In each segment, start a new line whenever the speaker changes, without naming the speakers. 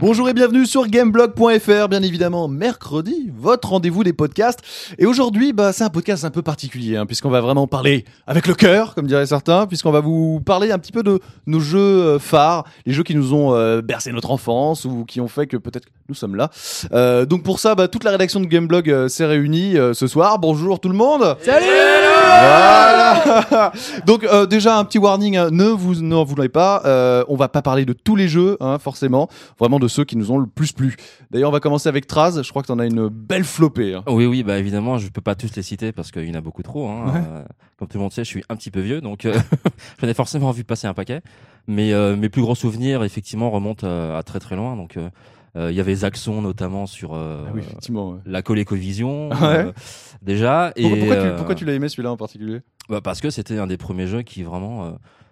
Bonjour et bienvenue sur gameblog.fr, bien évidemment, mercredi, votre rendez-vous des podcasts. Et aujourd'hui, bah, c'est un podcast un peu particulier, hein, puisqu'on va vraiment parler avec le cœur, comme diraient certains, puisqu'on va vous parler un petit peu de nos jeux euh, phares, les jeux qui nous ont euh, bercé notre enfance ou qui ont fait que peut-être nous sommes là. Euh, donc pour ça, bah, toute la rédaction de Gameblog euh, s'est réunie euh, ce soir. Bonjour tout le monde
Salut
voilà Donc euh, déjà un petit warning, hein, ne vous n'en voulez pas, euh, on va pas parler de tous les jeux, hein, forcément, vraiment de ceux qui nous ont le plus plu. D'ailleurs on va commencer avec Traz, je crois que t'en as une belle flopée. hein.
Oui, oui, bah évidemment, je peux pas tous les citer parce qu'il y en a beaucoup trop. Hein. Euh, comme tout le monde sait, je suis un petit peu vieux, donc euh, j'en ai forcément vu passer un paquet. Mais euh, mes plus gros souvenirs, effectivement, remontent euh, à très très loin. Donc, euh, euh, il y avait Zaxxon notamment sur euh,
Ah oui, effectivement. ouais.
la Colecovision
Ouais.
euh, déjà.
Pourquoi,
et,
pourquoi tu,
euh,
pourquoi tu l'as aimé celui-là en particulier
bah, Parce que c'était un des premiers jeux qui vraiment euh,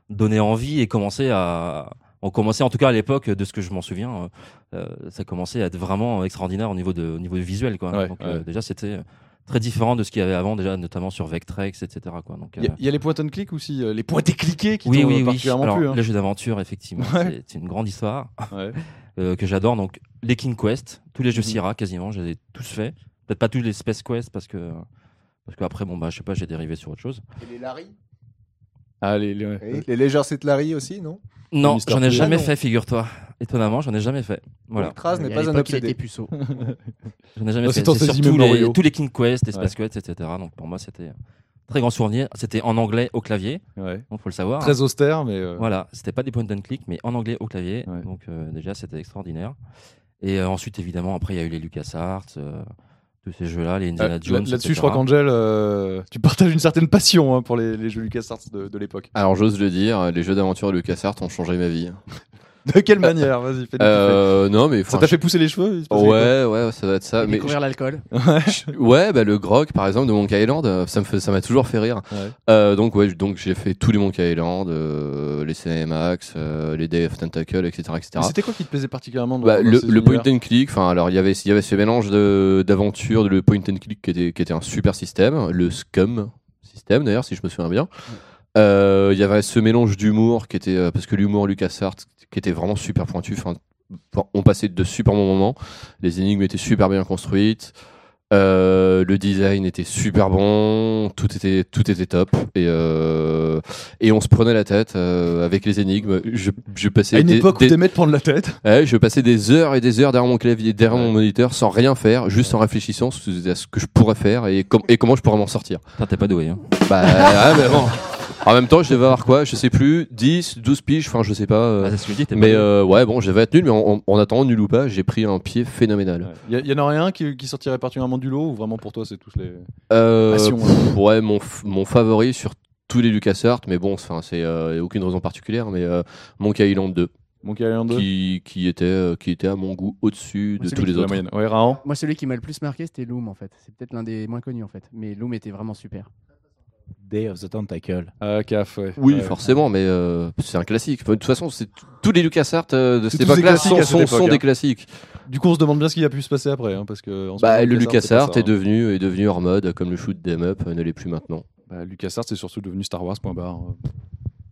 donnait envie et commençait à. On commençait en tout cas à l'époque de ce que je m'en souviens, euh, euh, ça commençait à être vraiment extraordinaire au niveau de au niveau visuel quoi.
Ouais,
Donc euh,
ouais.
déjà c'était très différent de ce qu'il y avait avant déjà notamment sur Vectrex etc quoi. Donc
Il y,
euh,
a- il y a les point and click aussi, euh, les points et cliqués qui
oui
t'ont
oui oui.
particulièrement
Alors
plu. hein.
les jeux d'aventure effectivement
Ouais.
c'est- c'est une grande histoire
Ouais.
euh, que j'adore donc les King Quest, tous les jeux
Mhm.
Sierra quasiment je les ai tous faits. Peut-être pas tous les Space Quest parce que parce qu'après bon bah je sais pas j'ai dérivé sur autre chose.
Et les Larry
Ah, les- les- ouais.
Les légères c'est de Larry aussi, non
Non,
Mister
j'en ai
Poulpe.
jamais
Ah non.
fait, figure-toi. Étonnamment, j'en ai jamais fait. Voilà.
Ultras n'est
Mais à
pas un
l'époque, il
obsédé.
était puceau.
J'en ai jamais
Oh,
fait.
c'est en
C'est
saisie
surtout
Memorial.
les, tous les King Quest, les Space Quest, etc. Donc pour moi, c'était un très grand souvenir. C'était en anglais au clavier,
Ouais.
il faut le savoir.
Très austère, mais euh,
Voilà, c'était pas des point and click, mais en anglais au clavier.
Ouais.
Donc euh, déjà, c'était extraordinaire. Et euh, ensuite, évidemment, après, il y a eu les LucasArts, euh, tous ces jeux-là, les
euh,
Indiana
là-
Jones.
là-dessus
etc..
je crois qu'Angel, euh, tu partages une certaine passion hein, pour les, les jeux LucasArts de, de l'époque.
Alors j'ose le dire, les jeux d'aventure de LucasArts ont changé ma vie.
De quelle manière Vas-y, fais-nous kiffer.
Euh, non mais
Ça
enfin,
t'a fait pousser les cheveux il se
je-
passait
Ouais, ouais, ça doit être ça.
J'ai
Mais
découvert l'alcool.
je- ouais, bah le grog par exemple de Monkey Island, euh, ça me fait- ça m'a toujours fait rire.
Ouais.
Euh, donc ouais, donc j'ai fait tous les Monkey Island, euh, les CMAX, euh, les Day of Tentacle, etc.,
Mais
etc.
c'était quoi qui te plaisait particulièrement dans-
Bah,
dans
le,
ces
le point
univers
and click, enfin alors il y avait il y avait ce mélange de d'aventure, le point and click qui était qui était un super système, le scum système d'ailleurs si je me souviens bien. Euh, Il y avait ce mélange d'humour qui était euh, parce que l'humour LucasArts qui était vraiment super pointu. Enfin, bon, on passait de super bons moments. Les énigmes étaient super bien construites. euh, le design était super bon, tout était tout était top et euh, et on se prenait la tête euh, avec les énigmes. Je, je passais
À une
des-
époque
des-
où t'aimais te prendre la tête.
Ouais, Eh, je passais des heures et des heures derrière mon clavier, derrière mon moniteur, sans rien faire, juste en réfléchissant à ce que je pourrais faire et, com- et comment je pourrais m'en sortir.
Putain, t'es pas doué. hein.
Bah, ah, mais bon. En même temps, je devais avoir quoi Je sais plus, 10, 12 piges, enfin, je sais pas. euh,
Ah, c'est ce que je dis, t'es pas
mais
doué.
euh, ouais, bon, je vais être nul, mais en, en- en attendant nul ou pas, j'ai pris un pied phénoménal.
Il y, en aurait un qui, qui sortirait particulièrement du lot ou vraiment pour toi c'est tous les.
Euh,
Passion,
pff, ouais, mon, f- mon favori sur tous les LucasArts, mais bon, enfin, c'est euh, aucune raison particulière, mais euh, Monkey Island 2,
Monkey Island 2
qui, qui, était, euh, qui était à mon goût au-dessus de
Celui
tous
qui
les
La
autres.
moyenne. Ouais, Raon.
Moi, celui qui m'a le plus marqué, c'était Loom, en fait. C'est peut-être l'un des moins connus, en fait. Mais Loom était vraiment super.
Day of the Tentacle.
Ah, CAF, ouais.
Oui,
Ouais.
forcément, mais euh, c'est un classique. Enfin, De toute façon, c'est tous les LucasArts euh, de
C'est tous
cette
des
époque-là
classiques
sont,
à cette
sont,
époque,
sont
hein.
des classiques.
Du coup, on se demande bien ce qui a pu se passer après. hein, parce que, en ce
Bah,
moment,
le LucasArts est,
c'est pas ça, hein.
devenu est devenu hors mode, comme le shoot them up euh, ne l'est plus maintenant.
Bah, LucasArts, c'est surtout devenu Star Wars. Point barre. euh,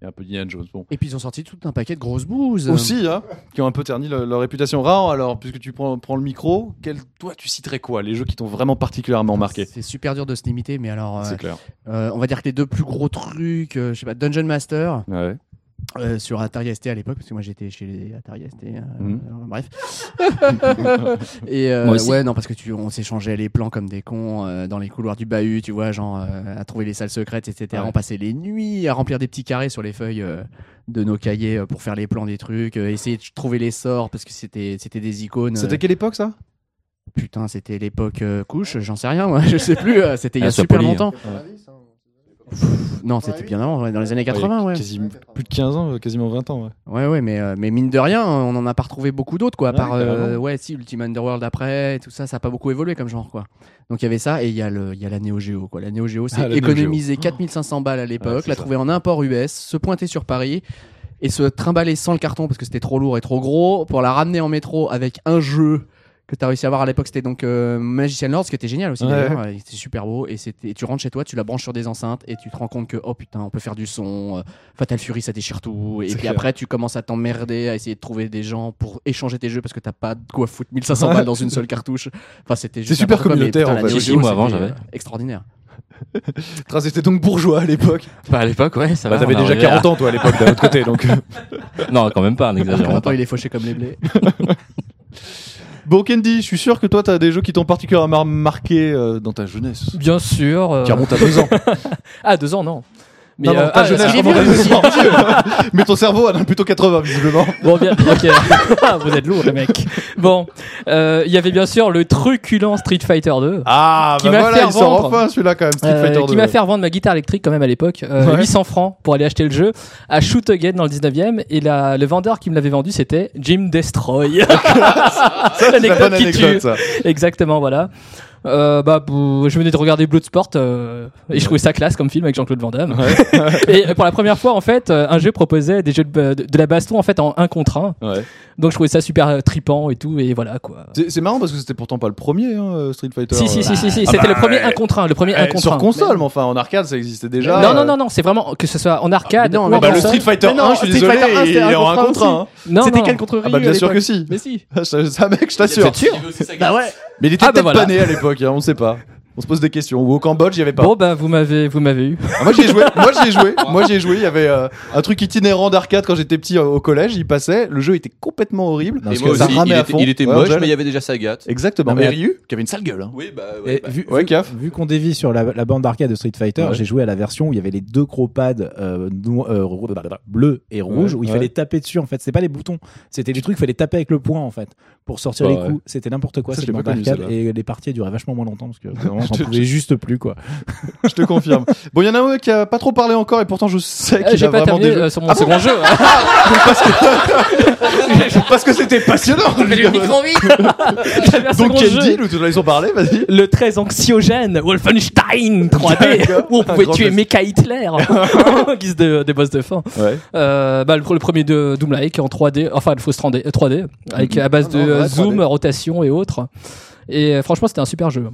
Et un peu Diane Jones. Bon.
Et puis, ils ont sorti tout un paquet de grosses bouses.
Euh.
Aussi, hein, qui ont un peu terni le- leur réputation. Raon, alors, puisque tu prends, prends le micro, quel, toi, tu citerais quoi Les jeux qui t'ont vraiment particulièrement marqué
C'est super dur de se limiter, mais alors, euh,
C'est clair.
euh, on va dire que les deux plus gros trucs, euh, je sais pas, Dungeon Master,
Ouais.
euh, sur Atari ST à l'époque, parce que moi j'étais chez les Atari ST. euh,
Mhm.
euh, bref. et euh,
Moi aussi.
ouais, non, parce que tu, on s'échangeait les plans comme des cons euh, dans les couloirs du bahut, tu vois, genre euh, à trouver les salles secrètes, etc.
Ouais.
On passait les nuits à remplir des petits carrés sur les feuilles euh, de nos cahiers euh, pour faire les plans des trucs, euh, essayer de trouver les sorts parce que c'était c'était des icônes.
C'était
euh,
quelle époque ça
putain, c'était l'époque euh, couche, j'en sais rien, moi, je sais plus. euh, c'était il y a
Ah, sois
super
poli, hein.
longtemps. Pff, non, c'était
Ouais,
bien avant, ouais, dans les années 80, ouais.
Quasi- plus de 15 ans, euh, quasiment 20 ans. ouais.
Ouais, ouais, mais, euh, mais mine de rien, on en a pas retrouvé beaucoup d'autres, quoi. À
Ouais,
part, euh,
carrément.
ouais, si, Ultimate Underworld après, et tout ça, ça a pas beaucoup évolué comme genre, quoi. Donc il y avait ça, et il y, a le- il y a la Neo Geo, quoi. La Neo Geo, c'est
Ah, la Neo
économiser 4500 balles à
Ouais,
l'époque,
c'est
la
ça.
trouver en import US, se pointer sur Paris, et se trimballer sans le carton parce que c'était trop lourd et trop gros, pour la ramener en métro avec un jeu que que tu as réussi à avoir à l'époque, c'était donc euh, Magician Lords, qui était génial aussi.
Ouais.
d'ailleurs. Il était super beau. Et, c'était- et tu rentres chez toi, tu la branches sur des enceintes et tu te rends compte que, oh putain, on peut faire du son. euh, Fatal Fury, ça déchire tout. Et
C'est
puis
clair.
après, tu commences à t'emmerder, à essayer de trouver des gens pour échanger tes jeux parce que t'as pas de quoi foutre 1500 balles dans une seule cartouche. Enfin, c'était juste.
super
n'importe quoi, mais
communautaire,
putain,
en
la
fait.
Neo
Si,
Geo,
moi, avant,
c'était,
j'avais.
euh, Extraordinaire.
Trace, c'était donc bourgeois à l'époque.
Bah, à l'époque, ouais, ça
Bah,
va.
t'avais
on est
déjà
arrivé à-
40 ans, toi, à l'époque, d'un autre côté. Donc. euh.
Non, quand même pas, n'exagérons
Maintenant,
pas.
il est fauché comme les blés.
Ah Bon, Candy, je suis sûr que toi, t'as des jeux qui t'ont particulièrement marqué euh, dans ta jeunesse.
Bien sûr. euh,
Qui remontent à deux ans.
Ah, deux ans, non. Mais
Non, non,
euh,
ta
ah,
jeunesse
il est
remonte à
vieux,
deux ans. Mais ton cerveau, elle a plutôt 80, visiblement.
Bon, bien, ok. Ah, Vous êtes lourd, les mecs. Bon, euh, il y avait bien sûr le truculent Street Fighter 2.
Ah,
Qui
bah
m'a
voilà,
fait
il sort
revendre.
enfin celui-là quand même, Street
euh,
Fighter 2.
qui m'a fait revendre ma guitare électrique quand même à l'époque, euh,
Ouais.
800 francs pour aller acheter le jeu à Shoot Again dans le 19e et la- le vendeur qui me l'avait vendu c'était Jim Destroy.
C'est la bonne
qui tue.
anecdote, ça.
Exactement, voilà. Euh, bah, bou- je venais de regarder Bloodsport euh, et je trouvais ça classe comme film avec Jean-Claude Van Damme. et pour la première fois, en fait, euh, un jeu proposait des jeux de, euh, de- de la baston en fait en 1 contre 1.
Ouais.
Donc je trouvais ça super euh, tripant et tout et voilà quoi.
C'est c'est marrant parce que c'était pourtant pas le premier, hein, euh, Street Fighter.
Si si
euh.
si si, si,
Ah
c'était
bah,
le premier
ouais.
1 contre 1, le premier
Eh,
1 contre
sur
1.
console, euh. mais enfin en arcade ça existait déjà.
Non non non non, c'est vraiment que ce soit en arcade
Ah, mais non,
ou
mais
en
Bah, le
console.
Street Fighter
Mais non,
1, je suis
Street
désolé,
Fighter 1,
il est
c'était
en
un
1 contre 1. hein.
Non,
C'était
non.
quel contre Ryu
Ah bah bien
à
sûr que
l'époque
si.
Mais si.
Ça, ça, mec, je t'assure.
C'est sûr.
Bah ouais.
Mais il était
Ah bah
peut-être
voilà.
pas né à l'époque, hein, on sait pas. On se pose des questions. Ou au Cambodge, il y avait pas.
Bon bah vous m'avez vous m'avez eu.
Ah, moi j'y ai joué, moi j'y ai joué, moi j'y ai joué. Il y avait euh, un truc itinérant d'arcade quand j'étais petit euh, au collège, il passait. Le jeu était complètement horrible.
Et
Parce
moi
que ça
aussi,
ramait
il
à
était,
fond.
il était
Ouais,
moche,
ouais.
mais il y avait déjà Sagat.
Exactement.
Non, mais-
Mais Ryu, qui avait une sale gueule. hein.
Oui, bah
Et vu,
Ouais,
vu-
Caf.
vu qu'on dévie sur la, la bande d'arcade de Street Fighter,
Ouais.
j'ai joué à la version où il y avait les deux gros pads euh, no- euh, ro- bleu et rouge
Ouais,
où il
ouais.
fallait taper dessus en fait. C'est pas les boutons, c'était des trucs, il fallait taper avec le poing en fait pour sortir
Ah
les
ouais.
coups. C'était n'importe quoi
Ça, je
cette
l'ai pas
bande
connu,
d'arcade
celle-là.
et les parties duraient vachement moins longtemps parce que vraiment,
Je-
j'en pouvais juste plus quoi.
Je te confirme. Bon, il y en a un qui a pas trop parlé encore et pourtant je sais
Euh,
qu'il
J'ai
a
pas
vraiment Ah,
terminé
des jeux.
euh, sur mon second jeu.
Parce que c'était passionnant.
J'avais un
Donc
second jeu.
Candy, nous tous ils ont parlé, vas-y.
le très anxiogène Wolfenstein 3D
D'accord.
où on pouvait
Un grand
tuer
classique.
Mecha Hitler en guise de, des boss de fin.
Ouais.
Euh, bah, le, le premier de Doom Like en 3D, enfin le Faust 3D, euh, 3D avec à base de
Non, non, vrai 3D.
zoom, rotation et autres. Et euh, franchement, c'était un super jeu.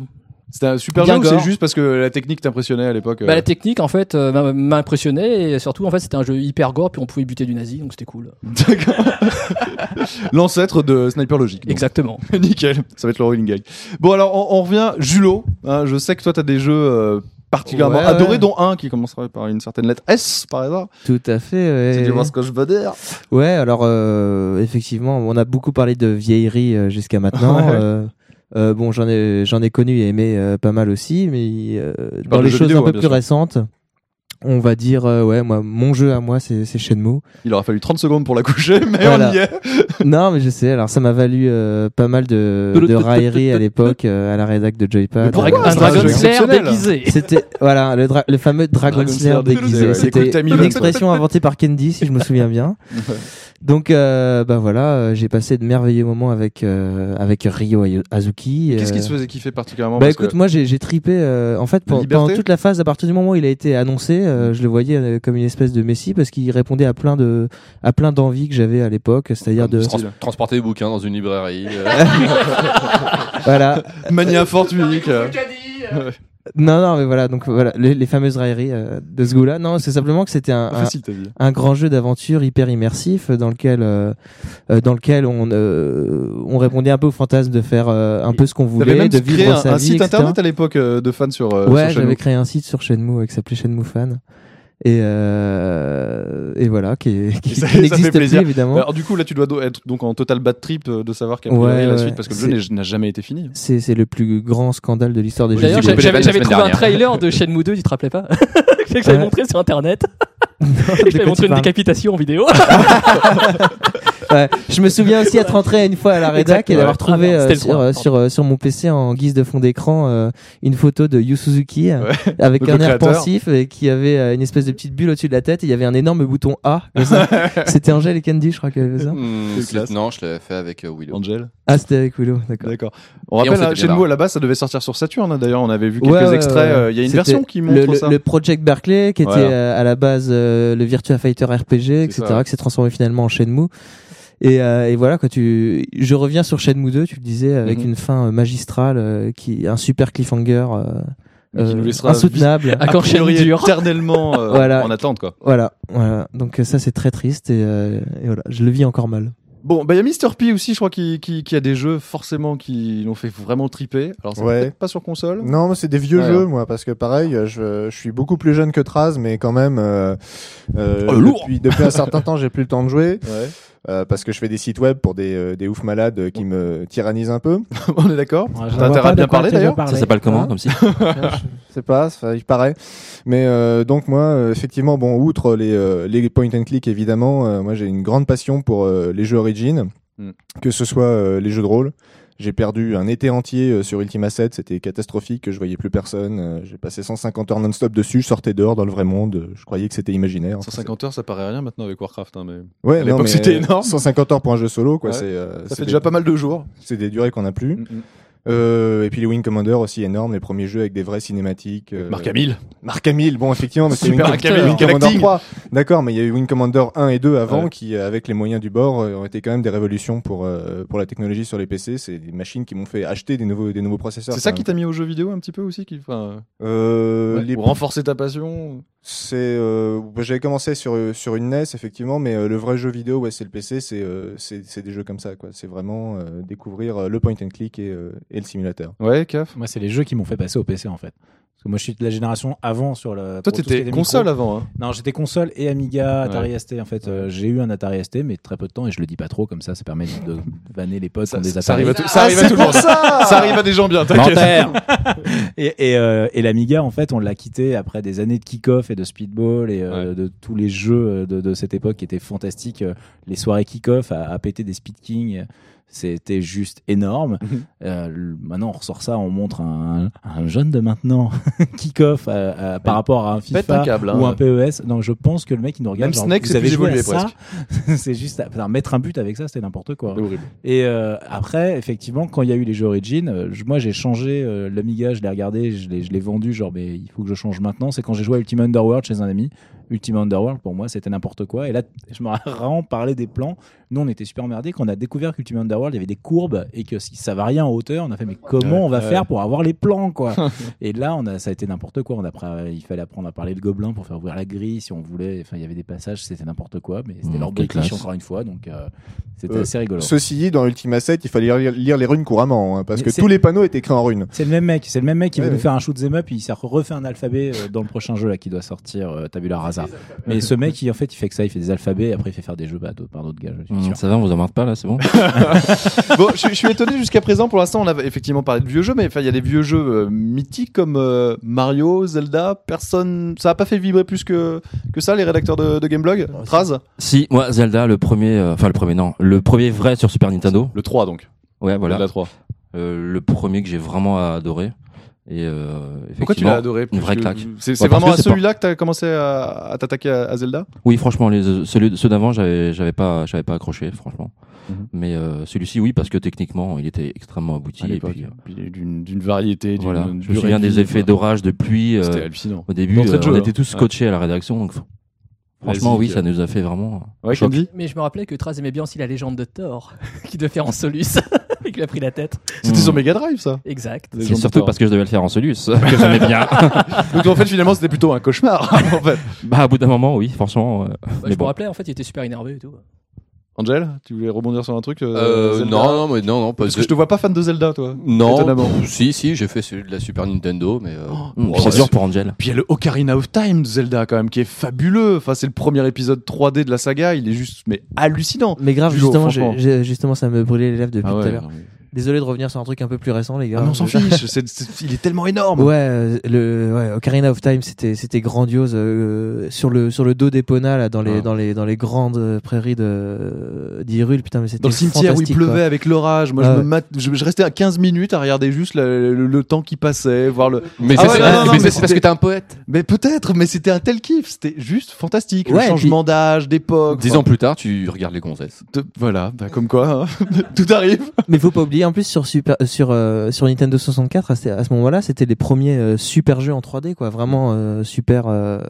C'était un super
Bien
jeu. ou C'est
gore.
juste parce que la technique t'impressionnait à l'époque. euh,
Bah, la technique, en fait, euh, m'a- m'a impressionné et surtout, en fait, c'était un jeu hyper gore puis on pouvait buter du nazi, donc c'était cool.
D'accord. L'ancêtre de Sniper Logic. donc.
Exactement.
Nickel. Ça va être le rolling gag. Bon alors on, on revient. Julo, hein, je sais que toi t'as des jeux euh, particulièrement
Ouais,
adorés,
ouais.
dont un qui commencera par une certaine lettre S par hasard.
Tout à fait.
C'est
ouais.
du voir ce que je veux dire.
Ouais, alors euh, effectivement, on a beaucoup parlé de vieillerie euh, jusqu'à maintenant.
Ouais.
euh, euh, bon, j'en ai, j'en ai connu et aimé euh, pas mal aussi, mais euh, dans
parles de
les
jeux
choses
vidéo,
un peu
hein, bien
plus
sûr.
récentes, on va dire, euh, ouais, moi, mon jeu à moi, c'est c'est Shenmue.
Il aura fallu 30 secondes pour la coucher, mais
Voilà.
on y est.
non, mais je sais, alors ça m'a valu euh, pas mal de, de railleries à l'époque euh, à la rédac de Joypad.
pourquoi
Euh,
un
c'est
Dragon
un jeu
Slayer
exceptionnel.
déguisé.
C'était voilà le, dra- le fameux Dragon,
Dragon Slayer
Slayer
déguisé, ouais.
déguisé.
Écoute, t'as
C'était
mis
une
le-
expression inventée par Candy, si je me souviens bien. Donc euh, bah voilà, euh, j'ai passé de merveilleux moments avec euh, avec Ryo Ayo- Azuki.
Qu'est-ce qui
euh,
se faisait kiffer particulièrement
bah
parce que-
écoute, moi j'ai j'ai tripé euh, en fait
La
pendant,
liberté
pendant toute la phase à partir du moment où il a été annoncé, euh, je le voyais euh, comme une espèce de messie parce qu'il répondait à plein de à plein d'envies que j'avais à l'époque, c'est-à-dire de
Style.
transporter des bouquins dans une librairie. euh,
voilà. euh,
Mania euh, fortuite.
Non non mais voilà, donc voilà les, les fameuses railleries euh, de ce goût-là. Non, c'est simplement que c'était un, un-
Facile t'as dit.
un grand jeu d'aventure hyper immersif euh, dans lequel euh, euh, dans lequel on euh, on répondait un peu au fantasme de faire euh, un peu ce qu'on
T'avais
voulait,
même
de
créé
vivre
un,
sa
un
vie,
site
etc..
internet à l'époque euh, de fans sur. euh,
ouais,
sur Shenmue.
j'avais créé un site sur Shenmue euh, qui s'appelait Shenmue Fan. Et, euh, et voilà, qui, qui,
Ça-
qui
ça fait
n'existe plus
plaisir.
évidemment.
Alors du coup là tu dois do- être donc en total bad trip euh, de savoir qu'a
Ouais,
priori la
ouais.
suite parce que le jeu
C'est-
n'est- n'a jamais été fini.
C'est c'est le plus grand scandale de l'histoire des jeux
D'ailleurs,
j'ai
vidéo.
coupé les vannes
j'avais
la
j'avais
semaine
trouvé un
dernière.
trailer de Shenmue 2, tu te rappelais pas Que J'avais
Ouais.
montré sur internet.
De
Je
quoi
t'avais
tu
montré une
parles
décapitation en vidéo.
Ouais. Je me souviens aussi être rentré une fois à la rédac
Exactement.
et d'avoir
Ah,
trouvé
merde,
euh,
c'était le
sur,
trois,
euh, sur, euh, sur mon PC en guise de fond d'écran euh, une photo de Yu Suzuki euh, avec
Donc le
un air
créateur.
pensif et qui avait euh, une espèce de petite bulle au-dessus de la tête et il y avait un énorme bouton A. comme ça. C'était Angel et Candy, je crois qu'elle avait ça.
hmm,
C'est
c'est-
classe.
non, je l'avais fait avec euh, Willow.
Angel.
Ah, c'était avec Willow, d'accord.
D'accord. On
Et
rappelle,
on s'était
hein,
bien
chez nous,
marré.
à la base, ça devait sortir sur Saturn. hein, D'ailleurs, on avait vu
Ouais,
quelques
ouais,
extraits.
ouais.
euh, Il y a une
C'était
version qui montre
le, le-
ça.
le Project Berkeley qui était
Voilà.
euh, à la base euh, le Virtua Fighter RPG, etc.,
ça.
qui s'est transformé finalement en Shenmue. Et, euh, et voilà, quoi, tu... je reviens sur Shenmue 2, tu le disais, avec
Mhm.
une fin euh, magistrale, euh, qui... un super cliffhanger euh,
Mais qui nous
euh,
laissera
insoutenable.
Ah, quand
A priori,
Shenmue dure.
éternellement euh,
Voilà.
en attente quoi.
Voilà, voilà. Donc euh, ça c'est très triste et, euh, et voilà, je le vis encore mal.
Bon, bah il y a Mister P aussi, je crois, qui, qui, qui a des jeux forcément qui l'ont fait vraiment triper. Alors c'est
Ouais.
peut-être pas sur console.
Non, moi, c'est des vieux
Ouais.
jeux, moi, parce que pareil, euh, je, je suis beaucoup plus jeune que Traz, mais quand même, euh, euh,
Oh, lourd
depuis, depuis un certain temps, j'ai plus le temps de jouer,
Ouais.
euh, parce que je fais des sites web pour des, euh, des oufs malades qui me tyrannisent un peu.
On est d'accord.
Ouais, je
T'as
vois
intérêt
pas
à
de
bien
quoi
parler,
t'es
d'ailleurs.
déjà
Ça
parlé.
Ça s'appelle comment
Hein
comme si
Je sais pas, ça, il paraît. Mais euh, donc moi, euh, effectivement, bon, outre les, euh, les point and click, évidemment, euh, moi j'ai une grande passion pour euh, les jeux Origin,
Mm.
que ce soit euh, les jeux de rôle. J'ai perdu un été entier euh, sur Ultima 7, c'était catastrophique, je voyais plus personne. euh, j'ai passé 150 heures non-stop dessus, je sortais dehors dans le vrai monde, euh, je croyais que c'était imaginaire.
150 heures, ça paraît rien maintenant avec Warcraft. hein, mais
Ouais,
à
non,
l'époque,
mais,
c'était
euh,
énorme.
150 heures pour un jeu solo, quoi.
Ouais.
c'est,
ça
euh, c'est
fait Mm,
des-
déjà pas mal de jours.
C'est des durées qu'on n'a plus. Euh, et puis les Wing Commander aussi énorme, les premiers jeux avec des vraies cinématiques. euh,
Marc Hamill.
Marc Hamill, bon, effectivement, mais c'est Wing,
Super
Com-
Marc Hamill,
Wing
quel
Commander
acting.
3. D'accord, mais il y a eu Wing Commander 1 et 2 avant
Ouais.
qui, euh, avec les moyens du bord, euh, ont été quand même des révolutions pour, euh, pour la technologie sur les PC. C'est des machines qui m'ont fait acheter des nouveaux, des nouveaux processeurs.
C'est ça
quand
qui t'a mis au jeu vidéo un petit peu aussi, qui, enfin,
même. euh,
ouais,
les-
pour renforcer ta passion.
C'est, euh, bah, j'avais commencé sur, euh, sur une NES, effectivement, mais euh, le vrai jeu vidéo, ouais, c'est le PC, c'est, euh, c'est, c'est des jeux comme ça, quoi. C'est vraiment euh, découvrir euh, le point and click et, euh, et le simulateur.
Ouais, caf.
Moi, c'est les jeux qui m'ont fait passer au PC en fait. Parce que moi, je suis de la génération avant sur le.
Toi,
pour tout ce qui
t'étais
était
console
micro.
avant. Hein.
Non, j'étais console et Amiga, Atari ST. En fait, Euh, j'ai eu un Atari ST, mais très peu de temps et je le dis pas trop comme ça. Ça permet de vanner les potes qui ont
Bah, Ça, ça
des Atari.
arrive à tout, ça arrive à tout le monde. Ça, arrive à des gens bien, t'inquiète.
Ah, Menteur Et, et, euh, et l'Amiga, en fait, on l'a quitté après des années de kick-off et de speedball et euh, de tous les jeux euh, de, de cette époque qui étaient fantastiques. Euh, Les soirées kick-off à, à péter des speed kings, c'était juste énorme.
Mhm.
Euh, le- maintenant, on ressort ça, on montre un, un jeune de maintenant kick-off à- à- par rapport à un
Pète un
FIFA
câble. hein.
ou un PES. Non, je pense que le mec, il nous regarde.
Même
genre,
Snake,
vous
c'est
avez
plus
joué à
évolué
ça
presque.
c'est juste, enfin, mettre un but avec ça, c'était n'importe quoi.
C'est horrible.
Et euh, après, effectivement, quand il y a eu les jeux Origin, euh, je- moi j'ai changé euh, l'Amiga, je l'ai regardé, je l'ai je l'ai vendu, genre mais il faut que je change maintenant. C'est quand j'ai joué à Ultima Underworld chez un ami. Ultima Underworld, pour moi, c'était n'importe quoi. Et là, je me rends parler des plans. Nous, on était super merdés quand on a découvert qu'Ultima Underworld, il y avait des courbes et que si ça variait en hauteur, on a fait mais comment on va faire pour avoir les plans quoi Et là, on a, ça a été n'importe quoi. On a, il fallait apprendre à parler le gobelin pour faire ouvrir la grille si on voulait. Enfin, il y avait des passages, c'était n'importe quoi, mais c'était
Mmh,
leur
quelle
british
classe.
encore une fois, donc euh, c'était
Euh,
assez rigolo.
Ceci dit, dans Ultima 7, il fallait lire, lire les runes couramment, hein, parce
Mais
que
c'est-
tous les panneaux étaient écrits en runes.
C'est le même mec, c'est le même mec qui
Ouais,
va nous
ouais.
faire un shoot 'em up, puis il s'est refait un alphabet euh, dans le prochain jeu là qui doit sortir euh, Tabula Rasa. Mais ce mec, il, en fait, il fait que ça, il fait des alphabets, et après il fait faire des jeux bah, d'autres- par d'autres gars. Je
Mmh.
suis
Hum,
sûr.
Ça va, on vous emmerde pas là, c'est bon.
Bon, je, je suis étonné jusqu'à présent. Pour l'instant, on a effectivement parlé de vieux jeux, mais enfin, il y a des vieux jeux euh, mythiques comme euh, Mario, Zelda. Personne, ça a pas fait vibrer plus que que ça les rédacteurs de, de Gameblog. Traz,
Bah, Si, moi, Zelda, le premier, euh, enfin le premier, non, le premier vrai sur Super Nintendo.
le 3 donc.
Ouais, voilà.
Zelda 3.
Euh, le premier que j'ai vraiment adoré. Et euh,
Pourquoi tu
effectivement-
l'as adoré Parce
vraie
que
claque.
C'est c'est
Bah, parce
vraiment à
que c'est
celui-là que t'as commencé à, à t'attaquer à, à Zelda.
Oui, franchement, les, celui, ceux d'avant, j'avais, j'avais pas, j'avais pas accroché, franchement.
Mhm.
Mais euh, celui-ci, oui, parce que techniquement, il était extrêmement abouti. et puis, euh,
D'une d'une variété. d'une-
voilà, je me
durée
souviens
de
des
vie,
effets
voilà.
d'orage de pluie. euh,
C'était hallucinant.
au début,
d'entrée de
euh,
jeu,
on
hein.
était tous scotchés à la rédaction. Donc, fr- franchement, oui,
Vas-y, euh,
ça nous a fait vraiment. euh,
Ouais,
choc.
Candy.
Mais je me rappelais que Traz aimait bien aussi la légende de Thor, qui devait faire en Solus, et qu'il a pris la tête.
C'était
Mhm.
sur Mega Drive ça.
Exact.
Les gens
C'est
de
surtout
Thor.
parce que je devais le faire en Solus que j'aimais bien.
Donc en fait finalement c'était plutôt un cauchemar en fait.
bah, à bout d'un moment, oui, forcément. euh,
Bah,
mais
je
bon.
me rappelais, en fait, il était super énervé et tout.
Angel, tu voulais rebondir sur un truc euh,
Euh,
Zelda
non, non, mais non, non, pas
Parce que je te vois pas fan de Zelda, toi.
Non,
Étonnamment. Oh.
pff, si, si, j'ai fait celui de la Super Nintendo, mais euh,
Hum,
bon,
c'est
ouais,
dur pour Angel.
Puis il y a le Ocarina of Time de Zelda, quand même, qui est fabuleux. Enfin, c'est le premier épisode 3D de la saga. Il est juste, mais hallucinant.
Mais grave,
Du lourd,
justement,
franchement.
j'ai- j'ai- justement, ça me brûlait les lèvres depuis
Ah ouais,
tout à l'heure.
non, mais-
Désolé de revenir sur un truc un peu plus récent, les
Ah
gars.
non, on s'en fiche. c'est- c'est- il est tellement énorme.
Ouais, euh, le ouais, Ocarina of Time, c'était c'était grandiose euh, sur le sur le dos d'Epona là dans les
Ah.
dans les dans les grandes euh, prairies de d'Hyrule putain mais c'était
Dans le cimetière où il
fantastique, quoi.
pleuvait avec l'orage, moi je,
Ah
me
ouais.
mat- je, je restais à 15 minutes à regarder juste le, le- le temps qui passait, voir le.
Mais
Ah
ça,
ouais,
c'est
non, non, non,
mais
mais
ça, c'est parce
c'était-
que t'es un poète.
Mais peut-être, mais c'était un tel kiff, c'était juste fantastique.
Ouais,
le
et
changement d'âge, d'époque.
Dix ans plus tard, tu regardes les gonzesses.
enfin, de- voilà, bah, comme quoi, hein, tout arrive.
Mais faut pas oublier en plus sur super euh, sur euh, sur Nintendo 64 à ce, à ce moment-là, c'était les premiers euh, super jeux en 3D quoi, vraiment euh, super euh,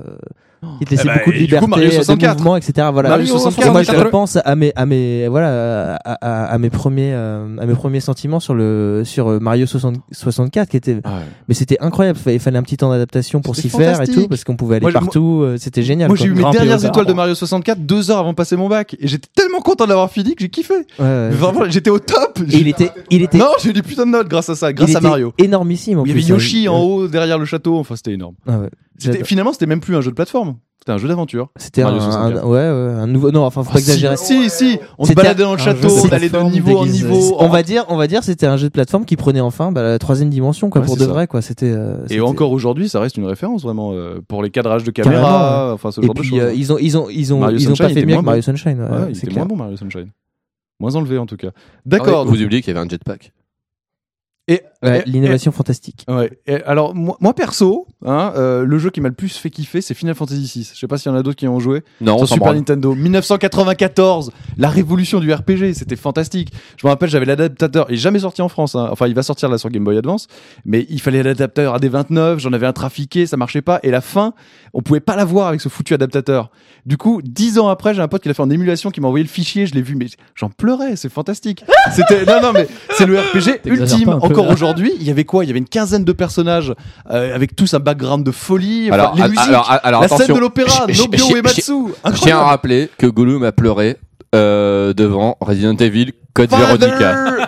qui te laissait
Eh ben,
beaucoup de
et du coup,
liberté, euh,
Mario
de
64.
mouvement, etc. Voilà.
Mario
Et moi,
64,
moi, je
quatre-vingt-
repense à mes, à mes, voilà, à, à- à mes premiers, euh, à mes premiers sentiments sur le, sur euh, Mario 60 64, qui était, mais c'était incroyable. Il fallait un petit temps d'adaptation pour
C'était
s'y faire et tout,
fantastique.
parce qu'on pouvait aller
Moi, je-
partout. euh, C'était génial.
Moi
quoi.
j'ai eu mes
Grimper
dernières
aux arbres.
étoiles de Mario 64 deux heures avant de passer mon bac et j'étais tellement content de l'avoir fini que j'ai kiffé.
Ouais, ouais.
Vraiment j'étais au top.
Et il était, il était,
Non j'ai eu des putains de notes grâce à ça, grâce
il
à
était
Mario.
énormissime. en
Il y avait
plus,
Yoshi
hein.
en haut derrière le château, enfin c'était énorme.
Ah ouais.
C'était-
J'adore.
Finalement c'était même plus un jeu de plateforme, c'était un jeu d'aventure.
C'était un,
Mario 64.
un- ouais, ouais, un nouveau. Non, enfin, faut pas
Ah, si,
exagérer.
Si, si, on se
C'était
baladait dans le
un
château,
jeu de
on allait de
plateforme
niveau en
déguisé.
niveau.
On va dire, on va dire, c'était un jeu de plateforme qui prenait enfin bah, la troisième dimension, quoi,
Ouais,
pour
c'est
de
ça.
vrai, quoi. C'était. euh,
Et
c'était-
encore aujourd'hui, ça reste une référence vraiment euh, pour les cadrages de
Carrément,
caméra, enfin ce
Et
genre de
puis
choses. hein.
euh, ils ont, ils ont, ils ont,
Mario
ils ont
Sunshine
pas fait
était
mieux
moins
que
bon.
Mario Sunshine. ouais,
Ouais, il
c'est
était
clair.
moins
Ah
bon Mario Sunshine. Moins enlevé en tout cas. D'accord.
Vous oubliez qu'il y avait un jetpack.
Et,
Ouais,
et-
Bah, L'innovation fantastique.
et- ouais. Et alors moi, moi, perso, hein, euh, le jeu qui m'a le plus fait kiffer, c'est Final Fantasy VI. Je sais pas s'il y en a d'autres qui ont joué.
Non, on
sur
s'en
Super
branle.
Nintendo. 1994, la révolution du RPG, c'était fantastique. Je me rappelle, j'avais l'adaptateur, il est jamais sorti en France, hein. enfin il va sortir là sur Game Boy Advance, mais il fallait l'adaptateur à des 29, j'en avais un trafiqué, ça marchait pas, et la fin, on pouvait pas la voir avec ce foutu adaptateur. Du coup, dix ans après, j'ai un pote qui l'a fait en émulation, qui m'a envoyé le fichier, je l'ai vu, mais j'en pleurais, c'est fantastique. C'était, non, non, mais c'est le RPG
T'exagères
ultime.
pas un peu,
Encore
là.
aujourd'hui, il y avait quoi? Il y avait une quinzaine de personnages, euh, avec tous un background de folie, enfin,
Alors,
les
a-
musiques,
alors, alors,
la scène
attention.
de l'opéra,
Je- je- je-
Nobio
je-
Uematsu.
Je tiens à rappeler que Gollum a pleuré euh, devant Resident Evil Code Veronica.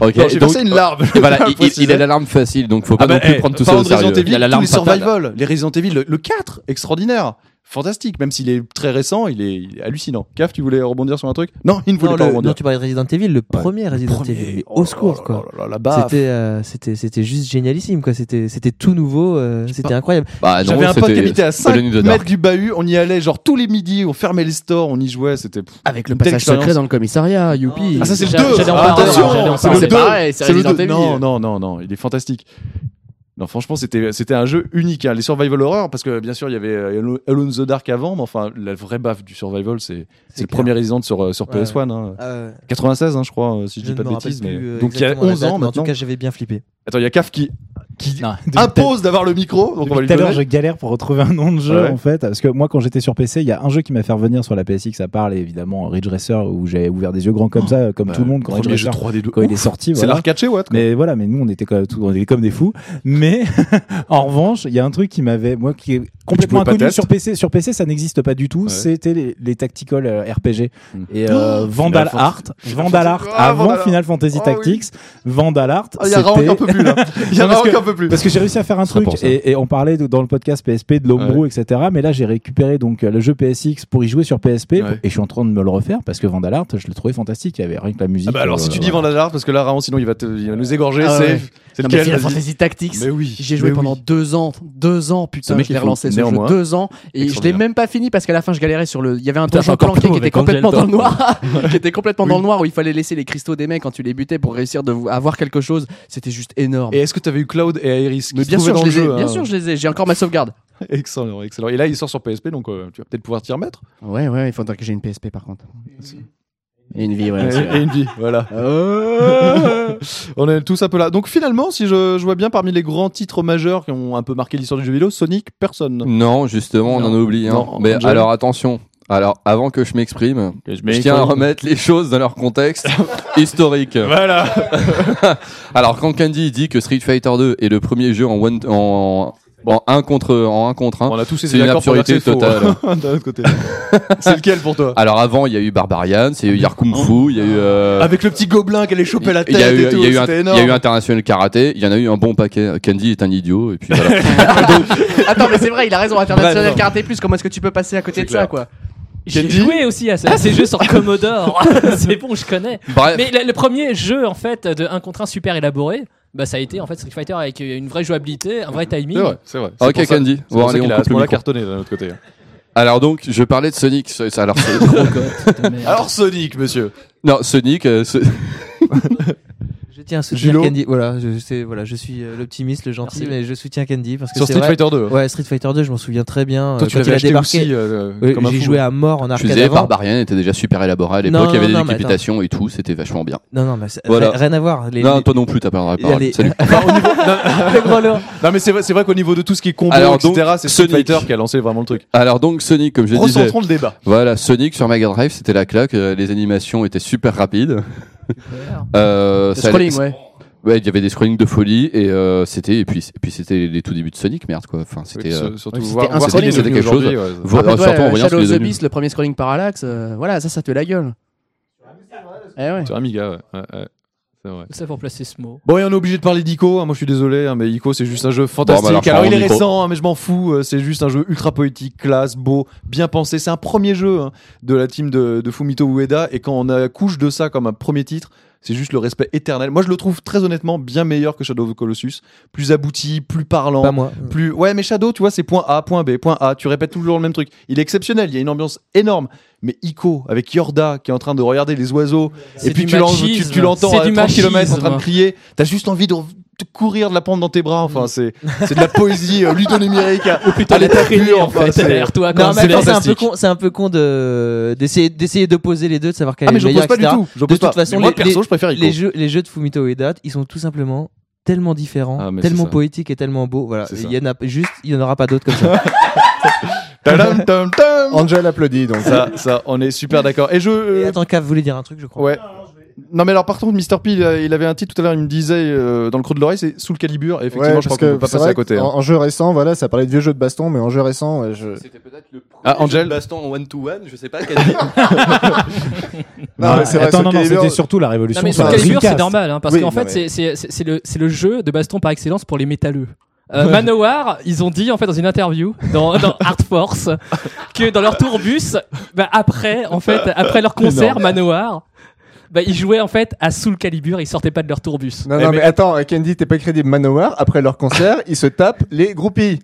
Ok.
Non, j'ai
donc,
versé une larme.
euh, voilà, il, il-
Préciser.
il a l'alarme facile, donc faut pas
Ah bah,
non plus
eh,
prendre tout ça
parlons
au
de
sérieux.
Resident Evil,
il
tous
a
les
l'alarme fatale.
survival, les Resident Evil, le, le 4, extraordinaire, fantastique, même s'il est très récent, il est, il est hallucinant. Caf, tu voulais rebondir sur un truc Non, il ne voulait
Non,
pas
le-
rebondir.
non, tu parlais de Resident Evil, le premier Resident
Premier.
Evil. mais
Oh
Au
là
secours,
là
quoi.
là là là, baf.
C'était, euh, c'était, c'était juste génialissime, quoi. C'était, c'était tout nouveau. euh, c'était incroyable.
Bah, non,
J'avais un pote qui
c'était-
habitait à
c'était
5
Alone in the
mètres
Dark.
du bahut, on y allait genre tous les midis, on fermait les stores, on y jouait, c'était. pff.
Avec le
Une telle
passage secret
expérience.
dans le commissariat, youpi.
Ah, ça c'est le
J'allais-
2
j'allais en
Ah,
parler, j'allais en
Attention,
parler.
c'est le
C'est
2
pareil, c'est
le
Resident
deux.
Evil.
Non, non, non, non, il est fantastique. Non, franchement, c'était c'était un jeu unique. hein. Les survival horror, parce que bien sûr, il y avait euh, Alone- Alone in the Dark avant, mais enfin, la vraie baffe du survival, c'est c'est le
clair.
premier Resident sur, euh, sur
Ouais,
PS1. hein.
Euh,
96, hein, je crois, euh, si je,
je
dis pas
ne
de
me rappelle
bêtises. Mais...
plus, euh,
donc il y a
exactement la
11 ans
date, mais En tout
maintenant.
cas, j'avais bien flippé.
Attends, il y a Caf qui, qui
Non, depuis
impose d'avoir le micro, donc on va
Depuis
lui
tout à l'heure,
donner.
je galère pour retrouver un nom de jeu
Ouais.
en fait, parce que moi, quand j'étais sur PC, il y a un jeu qui m'a fait revenir sur la PSX. À part, évidemment, Ridge Racer, où j'ai ouvert des yeux grands comme ça, comme
Bah,
tout le monde quand, Ridge
Premier jeu
Racer,
3D de
quand il est
ouf.
sorti.
Oh, C'est
voilà.
l'arcade chez Watt. quoi.
Mais voilà, mais nous on était comme, tout- on était comme des fous. Mais en revanche, il y a un truc qui m'avait, moi, qui est complètement
pouvais pas
inconnu
test.
sur PC. Sur PC, ça n'existe pas du tout.
Ouais.
C'était les, les tactical euh, RPG
Hmm.
et euh, Vandal
Fantasy-
Art, Vandal Art
Ah,
avant
Vandal Art.
Final Fantasy
Oh,
Tactics, Vandal Art.
Ah, Il y a Raon qui en peut plus là. Il y a
Non, parce
Raon qui
que-
en peut plus.
Parce que j'ai réussi à faire un
Ce serait
truc
pour ça.
et, et on parlait de- dans le podcast PSP de l'Ombrou, etc. Mais là, j'ai récupéré donc euh, le jeu PSX pour y jouer sur PSP
Ouais.
et je suis en train de me le refaire parce que Vandalart, je le trouvais fantastique. Il y avait rien que la musique.
Ah bah alors si
euh,
tu dis
voilà.
Vandal Art, parce que là Raon sinon il va, te, il va nous égorger,
Ah
c'est
ouais.
c'est
Non, mais
lequel,
Final
vas-y.
Fantasy Tactics.
Mais oui.
J'ai joué
mais
pendant
oui.
deux ans, deux ans, putain,
mec,
je l'ai
il faut
relancé ce jeu,
néanmoins-
deux ans, et je l'ai
Extraordinaire.
même pas fini parce qu'à la fin je galérais sur le, il y avait un
Putain, je suis
donjon
encore
planqué
plus
qui était
mauvais qu'Angel,
complètement
toi.
dans le noir, qui était complètement dans
Oui.
le noir où il fallait laisser les cristaux des mecs quand tu les butais pour réussir de vo- avoir quelque chose, c'était juste énorme.
Et est-ce que t'avais eu Cloud et Aeris qui
Mais
se
bien
trouvaient
sûr,
dans
je
le
les ai,
jeu,
bien
hein.
sûr, je les ai, j'ai encore ma sauvegarde.
Excellent, excellent. Et là il sort sur PSP, donc euh, tu vas peut-être pouvoir t'y remettre.
Ouais, ouais, il faudrait que j'ai une PSP par contre. Et une vie, ouais. Ah
Et,
c'est vrai.
et une vie, voilà. On est tous un peu là. Donc finalement, si je, je vois bien parmi les grands titres majeurs qui ont un peu marqué l'histoire du jeu vidéo, Sonic, personne.
Non, justement, on en a oublié. un.
hein. Non,
Mais
Angel.
alors attention. Alors, avant que je m'exprime, je tiens à remettre les choses dans leur contexte historique.
Voilà.
Alors, quand Candy dit que Street Fighter 2 est le premier jeu en one, en, en un contre, en un contre un,
On a tous
Hein C'est
été
une
d'accord pour dire que
absurdité
c'est faux.
totale.
D'un autre côté. c'est lequel pour toi
alors avant, il y a eu Barbarian, il y a eu Yarkung Fu, il y a eu, euh,
Avec le petit gobelin qui allait choper la
Il
tête
y a eu,
et tout,
il y a eu un-
c'était
il y
énorme.
a eu International Karaté, il y en a eu un bon paquet. Candy est un idiot, et puis voilà.
Attends, mais c'est vrai, il a raison, International
Bref.
Karaté Plus, comment est-ce que tu peux passer à côté de ça, quoi?
J'ai
Kenji
joué aussi à, ça- à ces jeux sur Commodore. c'est bon, je connais.
Euh.
Bref.
Mais le, le premier jeu en fait de 1 contre 1 super élaboré, bah ça a été en fait Street Fighter avec euh, une vraie jouabilité, un vrai timing.
C'est vrai, c'est vrai. C'est
Ok,
pour ça-
Candy.
c'est pour
Bon,
ça
allez, on
qu'il a à
coupe
ce
le
moment-là
micro.
cartonné d'un autre côté.
Alors donc, je parlais de Sonic. ça- ça- Alors, c'est-
Oh, Gros gosse, putain, merde.
Alors Sonic, monsieur.
non, Sonic, euh, ce-
Je tiens à soutenir
Julo
Candy. Voilà, je, c'est- voilà, je suis euh, l'optimiste, le gentil,
Merci.
mais je soutiens Candy parce que
Sur
c'est
Street
vrai-
Fighter 2.
Ouais, Street Fighter 2, je m'en souviens très bien.
Toi,
euh,
tu
quand
l'avais
il a
acheté
débarqué,
aussi euh,
euh,
comme un
J'ai
fou.
joué à mort en
Je
arcade
faisais
avant.
Barbarian était déjà super élaboré à l'époque,
Non,
il y avait
non,
des
mais
décapitations et tout, c'était vachement bien.
Non, non, mais ça-
Voilà.
rien rien à voir. Les,
non,
les-
toi non plus, t'as pas le
les-
droit de
les-
parler. Salut.
le gros lot.
Non, mais c'est vrai, c'est vrai qu'au niveau de tout ce qui est combo,
Alors,
etc., c'est Street
Sonic.
Fighter qui a lancé vraiment le truc.
Alors donc Sonic, comme je disais,
Recentrons le débat.
voilà, Sonic sur Mega Drive, c'était la claque, euh, les animations étaient super rapides. Euh,
Le
ça allait-
scrolling, ouais.
Ouais, il y avait des scrollings de folie et euh, c'était et puis et puis c'était les tout débuts de Sonic, merde quoi. Enfin, c'était euh,
surtout
c'était
voir,
un
scrolling,
Sonic
c'était quelque
aujourd'hui, ouais.
vo-
Rappelle-toi,
surtout en
euh,
voyant
Shadow
ce
of the
qu'il est
Beast, le premier scrolling parallaxe, euh, voilà, ça, ça te la gueule. Eh ouais.
Sur Amiga, ouais. ouais, ouais. C'est vrai.
Ça pour placer ce mot.
Bon, et on est obligé de parler d'Ico. hein. Moi, je suis désolé, hein, mais Ico, c'est juste un jeu fantastique.
Bon, bah, alors,
alors, il est
parlons d'Ico.
récent, hein, mais je m'en fous. Euh, C'est juste un jeu ultra poétique, classe, beau, bien pensé. C'est un premier jeu hein, de la team de, de Fumito Ueda. Et quand on accouche de ça comme un premier titre, c'est juste le respect éternel. Moi, je le trouve très honnêtement bien meilleur que Shadow of the Colossus. Plus abouti, plus parlant.
Pas moi.
plus ouais mais Shadow tu vois c'est point A point B point A tu répètes toujours le même truc il est exceptionnel il y a une ambiance énorme mais Ico avec Yorda qui est en train de regarder les oiseaux et
C'est
puis
du
tu l'en- tu,
machisme.
tu l'entends
C'est
à
du
30 km en train de
machisme.
crier t'as juste envie de, de courir de la prendre dans tes bras
Mm.
enfin c'est c'est de la poésie euh, ludonumérique à, à l'état pur enfin
T'es
c'est-
derrière toi
Non,
quand
mais
c'est
attends, c'est un peu
fantastique.
con, c'est un peu con de d'essayer d'essayer d'opposer les deux, de savoir quel
ah
est
mais
le
je
meilleur.
pose pas du
etc.
tout je pose
toute
pas.
façon,
Mais moi
les-
perso je préfère Ico
Les jeux, les jeux de Fumito Ueda, ils sont tout simplement tellement différents,
Ah, mais c'est
tellement
ça.
poétiques et tellement beaux. Voilà,
C'est ça.
il y en a juste, il y en aura pas d'autres comme ça.
Tadam, tam, tam.
Angel applaudit donc.
ça ça on est super d'accord et je
Et
euh,
attends, Cav voulait dire un truc, je crois.
Ouais. Non mais alors par contre Mr P il, a- il avait un titre tout à l'heure il me disait euh, dans le creux de l'oreille c'est sous le calibre et effectivement
Ouais,
je crois
parce
qu'on
que
peut pas
c'est
passer
vrai
à côté.
qu'en-
hein.
En, jeu récent, voilà, ça parlait de vieux jeux de baston, mais en jeu récent, euh, je...
C'était peut-être le premier
Ah, Angel.
jeu de baston en one-to-one, je sais pas, qu'a dit.
Non, mais c'est vrai,
attends,
Soul
non, non,
Calibur-
c'était surtout la révolution.
Non mais
sur
Soul
la
Calibur c'est
Dreamcast.
normal hein, parce
Oui,
qu'en
non,
fait
mais-
c'est- c'est- c'est c'est le, c'est le jeu de baston par excellence pour les métalleux. Euh, Manowar, ils ont dit en fait dans une interview dans, dans Art Force que dans leur tourbus, bah, après en fait après leur concert Manowar, bah, ils jouaient en fait à Soul Calibur, ils sortaient pas de leur tourbus.
Non, non, mais, attends, euh, Candy, t'es pas crédible. Manowar, après leur concert, ils se tapent les groupies.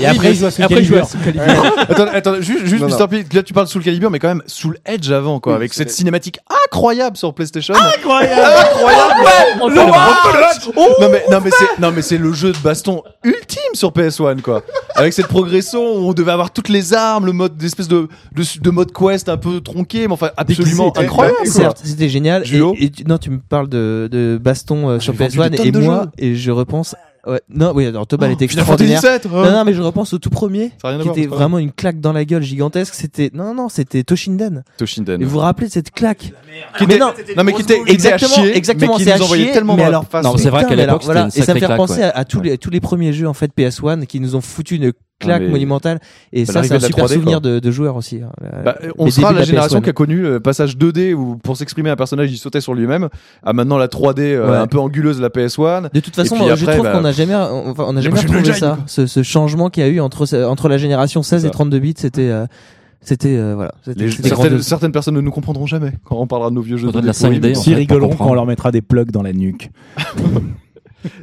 Et après, ils jouent à Soul
Après ils jouaient à
Calibur.
Soul Calibur.
attends, attends, juste, juste
Non, non.
Mr P là tu parles sous le calibre mais quand même sous le edge avant quoi
Oui,
avec
c'est-
cette cinématique incroyable sur PlayStation. Incroyable. incroyable.
On
Non,
parle-
non mais non mais c'est non mais c'est le jeu de baston ultime sur PS1 quoi. Avec cette progression où on devait avoir toutes les armes, le mode d'espèce de, de de mode quest un peu tronqué mais enfin absolument
glissés,
incroyable.
quoi.
Certes, c'était génial. Et,
Julo
et tu- non, tu me parles de, de baston euh, sur
j'ai vendu des
PS1
tonnes
et
de Oh,
moi,
jeux.
et je repense. Ouais, non, oui, alors Tobal était
Final Fantasy
extraordinaire.
VII,
Non,
euh.
non, mais je repense au tout premier,
Ça a rien à
qui
voir,
était
c'est pas
vraiment une claque dans la gueule gigantesque. C'était non, non, c'était Toshinden.
Toshinden.
Et vous vous rappelez de cette claque
qui
Mais
était,
non,
non, mais qui était
exactement,
exactement,
exactement,
mais qui
c'est
nous
à
envoyait
chier,
tellement
mais
dans
alors,
la face.
Non, mais c'est vrai
Putain,
qu'à
mais
l'époque,
alors, voilà,
c'était une
et ça me fait
sacrée claque,
penser
ouais. Ah,
à, à tous, les, tous les premiers jeux en fait PS1 qui nous ont foutu une claque
mais-
monumentale. Et
Bah,
ça,
l'arrivée
c'est un
de la
super
3D,
souvenir de, de joueur aussi. hein, la-
Bah, euh, on
les
sera
débuts de
la génération
PS1.
qui a connu le passage 2D où pour s'exprimer un personnage il sautait sur lui-même à maintenant la 3D euh,
Ouais.
un peu anguleuse de la PS1
De toute façon, euh,
puis
je
après,
trouve
bah,
qu'on n'a jamais, on, enfin, on a
les
jamais
machines
retrouvé
Engine,
ça, ce, ce changement qu'il y a eu entre ce- entre la génération 16 et
ça.
32 bits. C'était, euh, c'était euh, voilà. c'était-
Les-
c'était
certaines,
grandiose.
certaines personnes ne nous comprendront jamais quand on parlera de nos vieux jeux.
Faudrait de
vidéo
la 5D,
pourris,
en
S'ils
fait, pour
rigoleront quand
comprendre.
on leur mettra des plugs dans la nuque.
mais-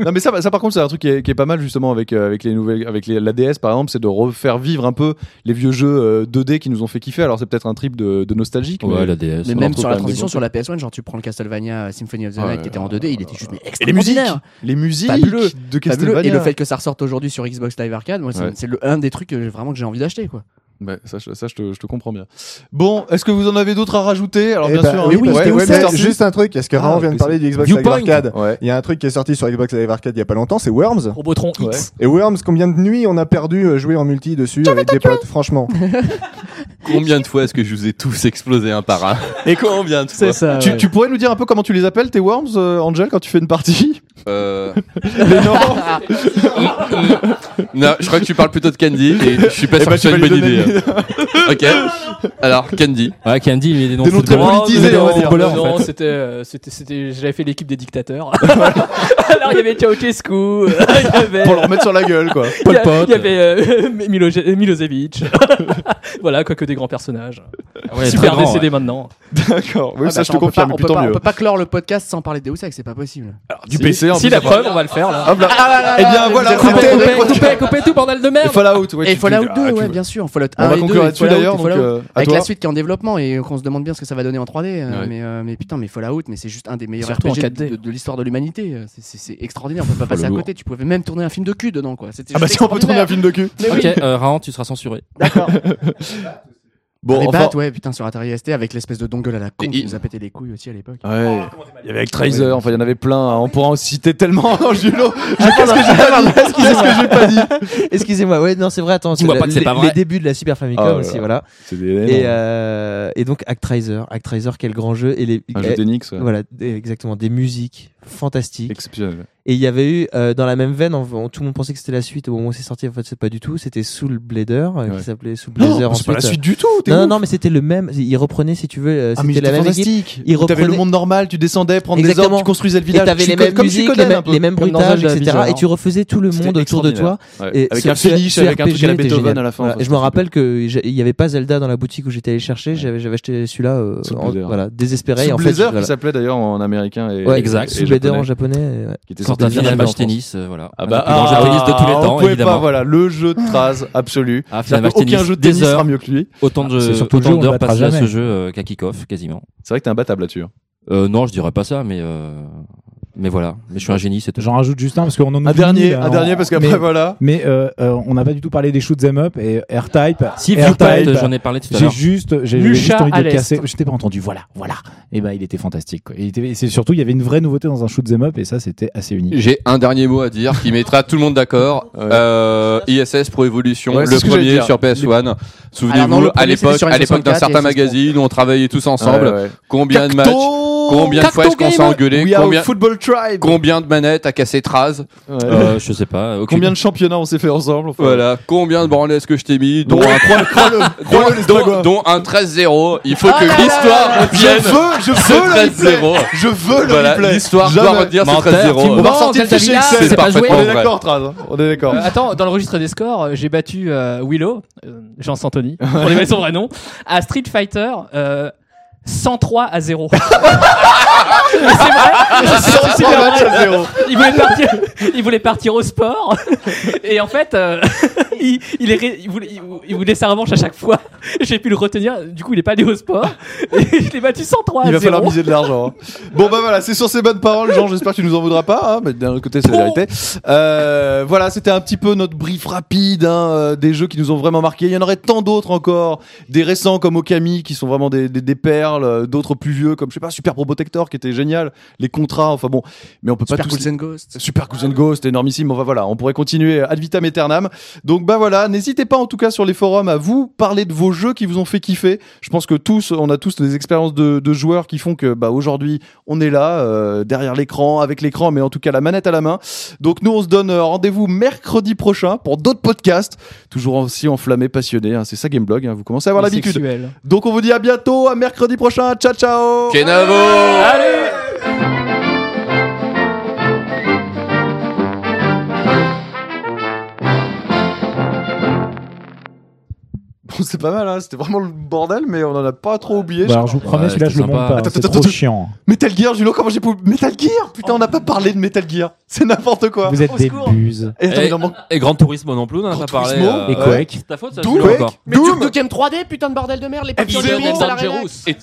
Non mais ça, ça par contre c'est un truc qui est, qui est pas mal justement avec euh, avec les nouvelles, avec les, la DS par exemple, c'est de refaire vivre un peu les vieux jeux euh, 2D qui nous ont fait kiffer. Alors c'est peut-être un trip de, de nostalgique.
Ouais,
mais-
la DS.
on
Mais
en
même
trouve quand
sur la
même des
transition
bons
sur la PS1, genre tu prends le Castlevania euh, Symphony of the
Ouais,
Night qui était en 2D, il était juste mais
Et les musiques,
extraordinaire.
les musiques
Fabuleux.
de
Fabuleux.
Castlevania.
Et le fait que ça ressorte aujourd'hui sur Xbox Live Arcade, moi, c'est
Ouais.
c'est le un des trucs que j'ai- vraiment que j'ai envie d'acheter, quoi.
Ouais, ça, je- ça, je, te, je te comprends bien. Bon, est-ce que vous en avez d'autres à rajouter Alors
Eh
bien
bah,
sûr, hein,
oui, oui,
ouais,
c'était où,
ouais,
c'est-
Mr. P.
juste un truc. Est-ce que
Ah,
Raon vient de
PC.
parler du Xbox Live
Viewpoint.
Arcade
Ouais.
Il y a un truc qui est sorti sur Xbox Live Arcade il y a pas longtemps, c'est Worms.
Robotron X.
Worms, combien de nuits on a perdu euh, jouer en multi dessus avec des potes, franchement
Combien de fois est-ce que je vous ai tous explosé un par un Et combien de fois
ça.
Tu, tu pourrais nous dire un peu comment tu les appelles tes worms, euh, Angel, quand tu fais une partie
Euh,
Les noms
Non, je crois que tu parles plutôt de Candy et je suis pas sûr
bah,
que ce soit
tu
une
vas
bonne
lui donner
idée. hein. ok. Alors, Candy.
Ouais, Candy, il est des noms
Des noms très
footballeurs.
politisés,
Des
on va
noms
dire.
footballeurs, en fait.
Oh, non, c'était, euh, c'était, c'était, j'avais fait l'équipe des dictateurs. Alors il y avait Ceausescu, euh, il y avait,
pour leur mettre sur la gueule, quoi.
il y a-
Pol Pot.
il y avait euh, Miloje- Milosevic. voilà, quoique des grands personnages.
Ah Ouais, très
Super
grand,
décédé maintenant.
D'accord. Oui,
Ah,
ça,
bah,
je te
attends, on peut
confirme,
pas-
mais
on peut
puis tant
pas-
mieux.
on peut pas clore le podcast sans parler de Deus Ex, c'est pas possible.
Du PC, en
Si
plus.
la
ça
preuve, on va le faire là.
Hop là. Eh bien, voilà,
Coupez,
c'était
coupez,
le-
coupez, coupez tout bordel de
Et
merde.
Fallout, ouais.
et
tu-
Fallout
ah,
2,
tu-
ouais, bien sûr. Fallout 1
On va
et 2,
conclure
et
là-dessus
Fallout,
d'ailleurs,
et
donc
Fallout.
euh, À
Avec
toi.
la suite qui est en développement et qu'on se demande bien ce que ça va donner en 3D. euh,
Ouais.
mais, euh, mais putain, mais Fallout, mais c'est juste un des meilleurs
Surtout en
RPG
4D.
de, de l'histoire de l'humanité. euh, c'est- C'est c'est extraordinaire, on peut pas
le
passer à
lourd.
côté. Tu pouvais même tourner un film de cul dedans, quoi.
Oh
C'était
Ah bah
juste
si on peut tourner un
extraordinaire.
film de cul.
Mais oui.
Ok, euh, Raon, tu seras censuré.
D'accord.
Bon,
les
enfin-
Bats, ouais, putain, sur Atari ST avec l'espèce de dongle à la con
Et
qui
il-
nous a pété les couilles aussi à l'époque.
Ouais. Il y avait Tracer, enfin il y en avait plein. hein. On pourra en citer tellement dans Julo. Qu'est-ce que j'ai pas dit
Excusez-moi, ouais, non, c'est vrai, attends, c'est
Dis-moi
la-
pas que c'est
les,
pas vrai.
les débuts de la Super Famicom
Oh
Ah, là,
aussi,
là.
voilà.
C'est des
Et,
énormes.
euh, et donc Actraiser, Actraiser, quel grand jeu. Et les,
Un
eh,
jeu d'Enix, ouais.
voilà, des- exactement, des musiques fantastiques.
Exceptionnel.
Et il y avait eu, euh, dans la même veine, on- on- tout le monde pensait que c'était la suite, au moment où c'est sorti, en fait, c'est pas du tout, c'était Soul Blader, euh,
Ouais.
qui s'appelait Soul Blazer
Non, c'est
ensuite.
pas la suite du tout. t'es
non, non,
ouf.
non, mais c'était le même, il reprenait, si tu veux, euh,
Ah, mais
c'était
c'était
la même équipe.
fantastique.
Il
T'avais
reprenait-
le monde normal, tu descendais, prendre des
Exactement.
ordres, tu construisais le
Et
village.
t'avais
tu
les
co-
mêmes
comme tu
musiques,
connais
les,
un
mêmes,
peu.
les mêmes
Comme dans
bruitages,
Zelda,
etc.
bizarre.
Et tu refaisais tout le
C'était
monde autour de
extraordinaire.
toi.
Ouais.
Et
Avec
ce-
un
ce-
finish,
ce
avec un truc à la
RPG était
Beethoven
génial.
à la fin. enfin,
Voilà. je me
c'était
rappelle que j'ai- il y avait pas Zelda dans la boutique où j'étais allé chercher. J'avais j'avais acheté celui-là, euh,
Soul
en-
Blazer.
voilà, désespéré.
Sous
et en fait,
Blazer
voilà.
qui s'appelait d'ailleurs en américain et
Ouais,
Exact.
et
Soul Blazer en
japonais,
japonais. et ouais.
qui était
Quand
sorti
t'as fini
bien
un
avant en
match
France.
tennis, euh, voilà.
Ah bah,
Un des plus grands journalistes de tous les
ah, on
temps,
pouvait pas,
évidemment.
voilà, le jeu de Traz absolu.
Ah, Final
C'est-à-dire
Match
qu'aucun
Tennis,
jeu de
des
tennis
heures.
sera mieux que lui.
Autant de
Ah, C'est surtout le jeu,
autant
on
d'heures
le battra
passées à ce
jamais.
jeu euh, qu'à kick-off, quasiment.
C'est vrai que t'es imbattable là-dessus. hein.
Euh, non, je dirais pas ça, mais euh, mais voilà. Mais je suis un génie, c'est tout.
J'en rajoute juste un parce qu'on en
Un
oublie mille,
dernier,
là,
un
on-
dernier parce qu'après
mais-
voilà.
Mais euh, euh, on n'a pas du tout parlé des shoot 'em up et R-Type.
Si
R-Type,
Viewpoint, j'en ai parlé tout à
J'ai
l'heure.
juste, j'ai
Lucha
j'avais juste envie
à
de le
l'Est.
casser. Je t'ai pas entendu. Voilà, voilà. Et ben, il était fantastique. quoi. Il était, et c'est surtout, il y avait une vraie nouveauté dans un shoot 'em up et ça, c'était assez unique.
J'ai un dernier mot à dire qui mettra tout le monde d'accord. Euh, ISS Pro Evolution,
Ouais, c'est
le
ce que j'allais
premier
dire.
sur PS1.
Alors non,
Souvenez-vous,
le
à
premier, c'était
l'époque,
sur
à l'époque d'un
N64,
certain
et c'est ce
magazine où on travaillait tous ensemble,
Ouais, ouais.
combien de matchs,
Cacto
combien de fois est-ce qu'on s'est engueulé,
We are
combien,
Football Tribe.
combien de manettes à casser Traz,
Ouais.
Euh, je sais pas. aucune.
Combien de championnats on s'est fait ensemble enfin.
voilà, combien de branlées est-ce que je t'ai mis, dont
Ouais,
un,
crois-le, crois-le, crois-le, les
dont-
Spagois.
dont un 13-0. Il faut
Ah
que
là là
l'histoire
Oh Je
retienne
veux, je
ce
veux le replay.
13-0.
Je veux le
Voilà,
replay.
l'histoire doit
Jamais.
redire ce
Menteur, tu me
On
13-0.
va
Non,
sortir le
Delta
fichier
Villa,
Excel.
c'est
pas
parfaitement
joué.
On
vrai.
est d'accord, Traz. hein. On est d'accord.
Euh, attends, dans le registre des scores, euh, j'ai battu euh, Willow, euh, Jean Santoni, pour les son vrai nom, à Street Fighter euh, 103 à 0. Mais c'est vrai, mais c'est- c'est super vrai. Il voulait partir, il voulait partir au sport, et en fait, euh, il, il, est ré- il voulait, il, il voulait sa revanche à chaque fois. J'ai pu le retenir, du coup, il est pas allé au sport, et je l'ai battu 103
Il
à
va
0.
falloir miser de l'argent. hein. Bon bah voilà, c'est sur ces bonnes paroles, Jean. J'espère que tu nous en voudras pas. hein, mais d'un autre côté, c'est la vérité. Euh, voilà, c'était un petit peu notre brief rapide hein, euh, des jeux qui nous ont vraiment marqué. Il y en aurait tant d'autres encore, des récents comme Okami qui sont vraiment des, des- des perles, euh, d'autres plus vieux comme je sais pas Super Protector qui était génial, les contrats. Enfin bon, mais on peut pas
Super
tous.
Cool Zen Ghost.
Super Cousin Ghost, énormissime. Enfin voilà, on pourrait continuer ad vitam aeternam. Donc bah voilà, n'hésitez pas en tout cas sur les forums à vous parler de vos jeux qui vous ont fait kiffer. Je pense que tous, on a tous des expériences de, de joueurs qui font que bah aujourd'hui on est là euh, derrière l'écran, avec l'écran, mais en tout cas la manette à la main. Donc nous on se donne euh, rendez-vous mercredi prochain pour d'autres podcasts, toujours aussi enflammés, passionnés. hein. C'est ça Gameblog, hein. vous commencez à avoir l'habitude.
Sexuel.
Donc on vous dit à bientôt, à mercredi prochain. Ciao ciao.
Kenavo!
Bon, c'est pas mal, hein. c'était vraiment le bordel, mais on en a pas trop oublié.
Bah, alors, je vous promets,
Ouais,
celui-là, je
c'était
le monte
sympa.
pas.
Attends,
C'est
attends,
trop
attends.
chiant.
Metal Gear, Julo, comment j'ai pu. Metal Gear Putain, on n'a pas parlé de Metal Gear. C'est n'importe quoi.
Vous êtes
Au
des
secours.
buses.
Et attends,
Eh,
il en manque.
Et Grand Turismo non plus, on n'a
Gran
pas parlé. euh,
Turismo
Et
ouais.
Quake.
C'est ta faute, ça,
Doom,
celui-là,
Quake.
encore.
Mais Doom
Doom.
3D, putain de bordel de merde, les
Attends,
papillons de
Zero,
Ned
Zero,
Dangerous.
Et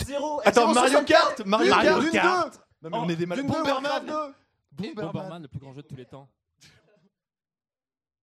Attends, Mario Kart Mario
Mario
Kart Dune 2 Non, mais on est des malades. Bomberman 2
Bomberman, le plus grand jeu de tous les temps.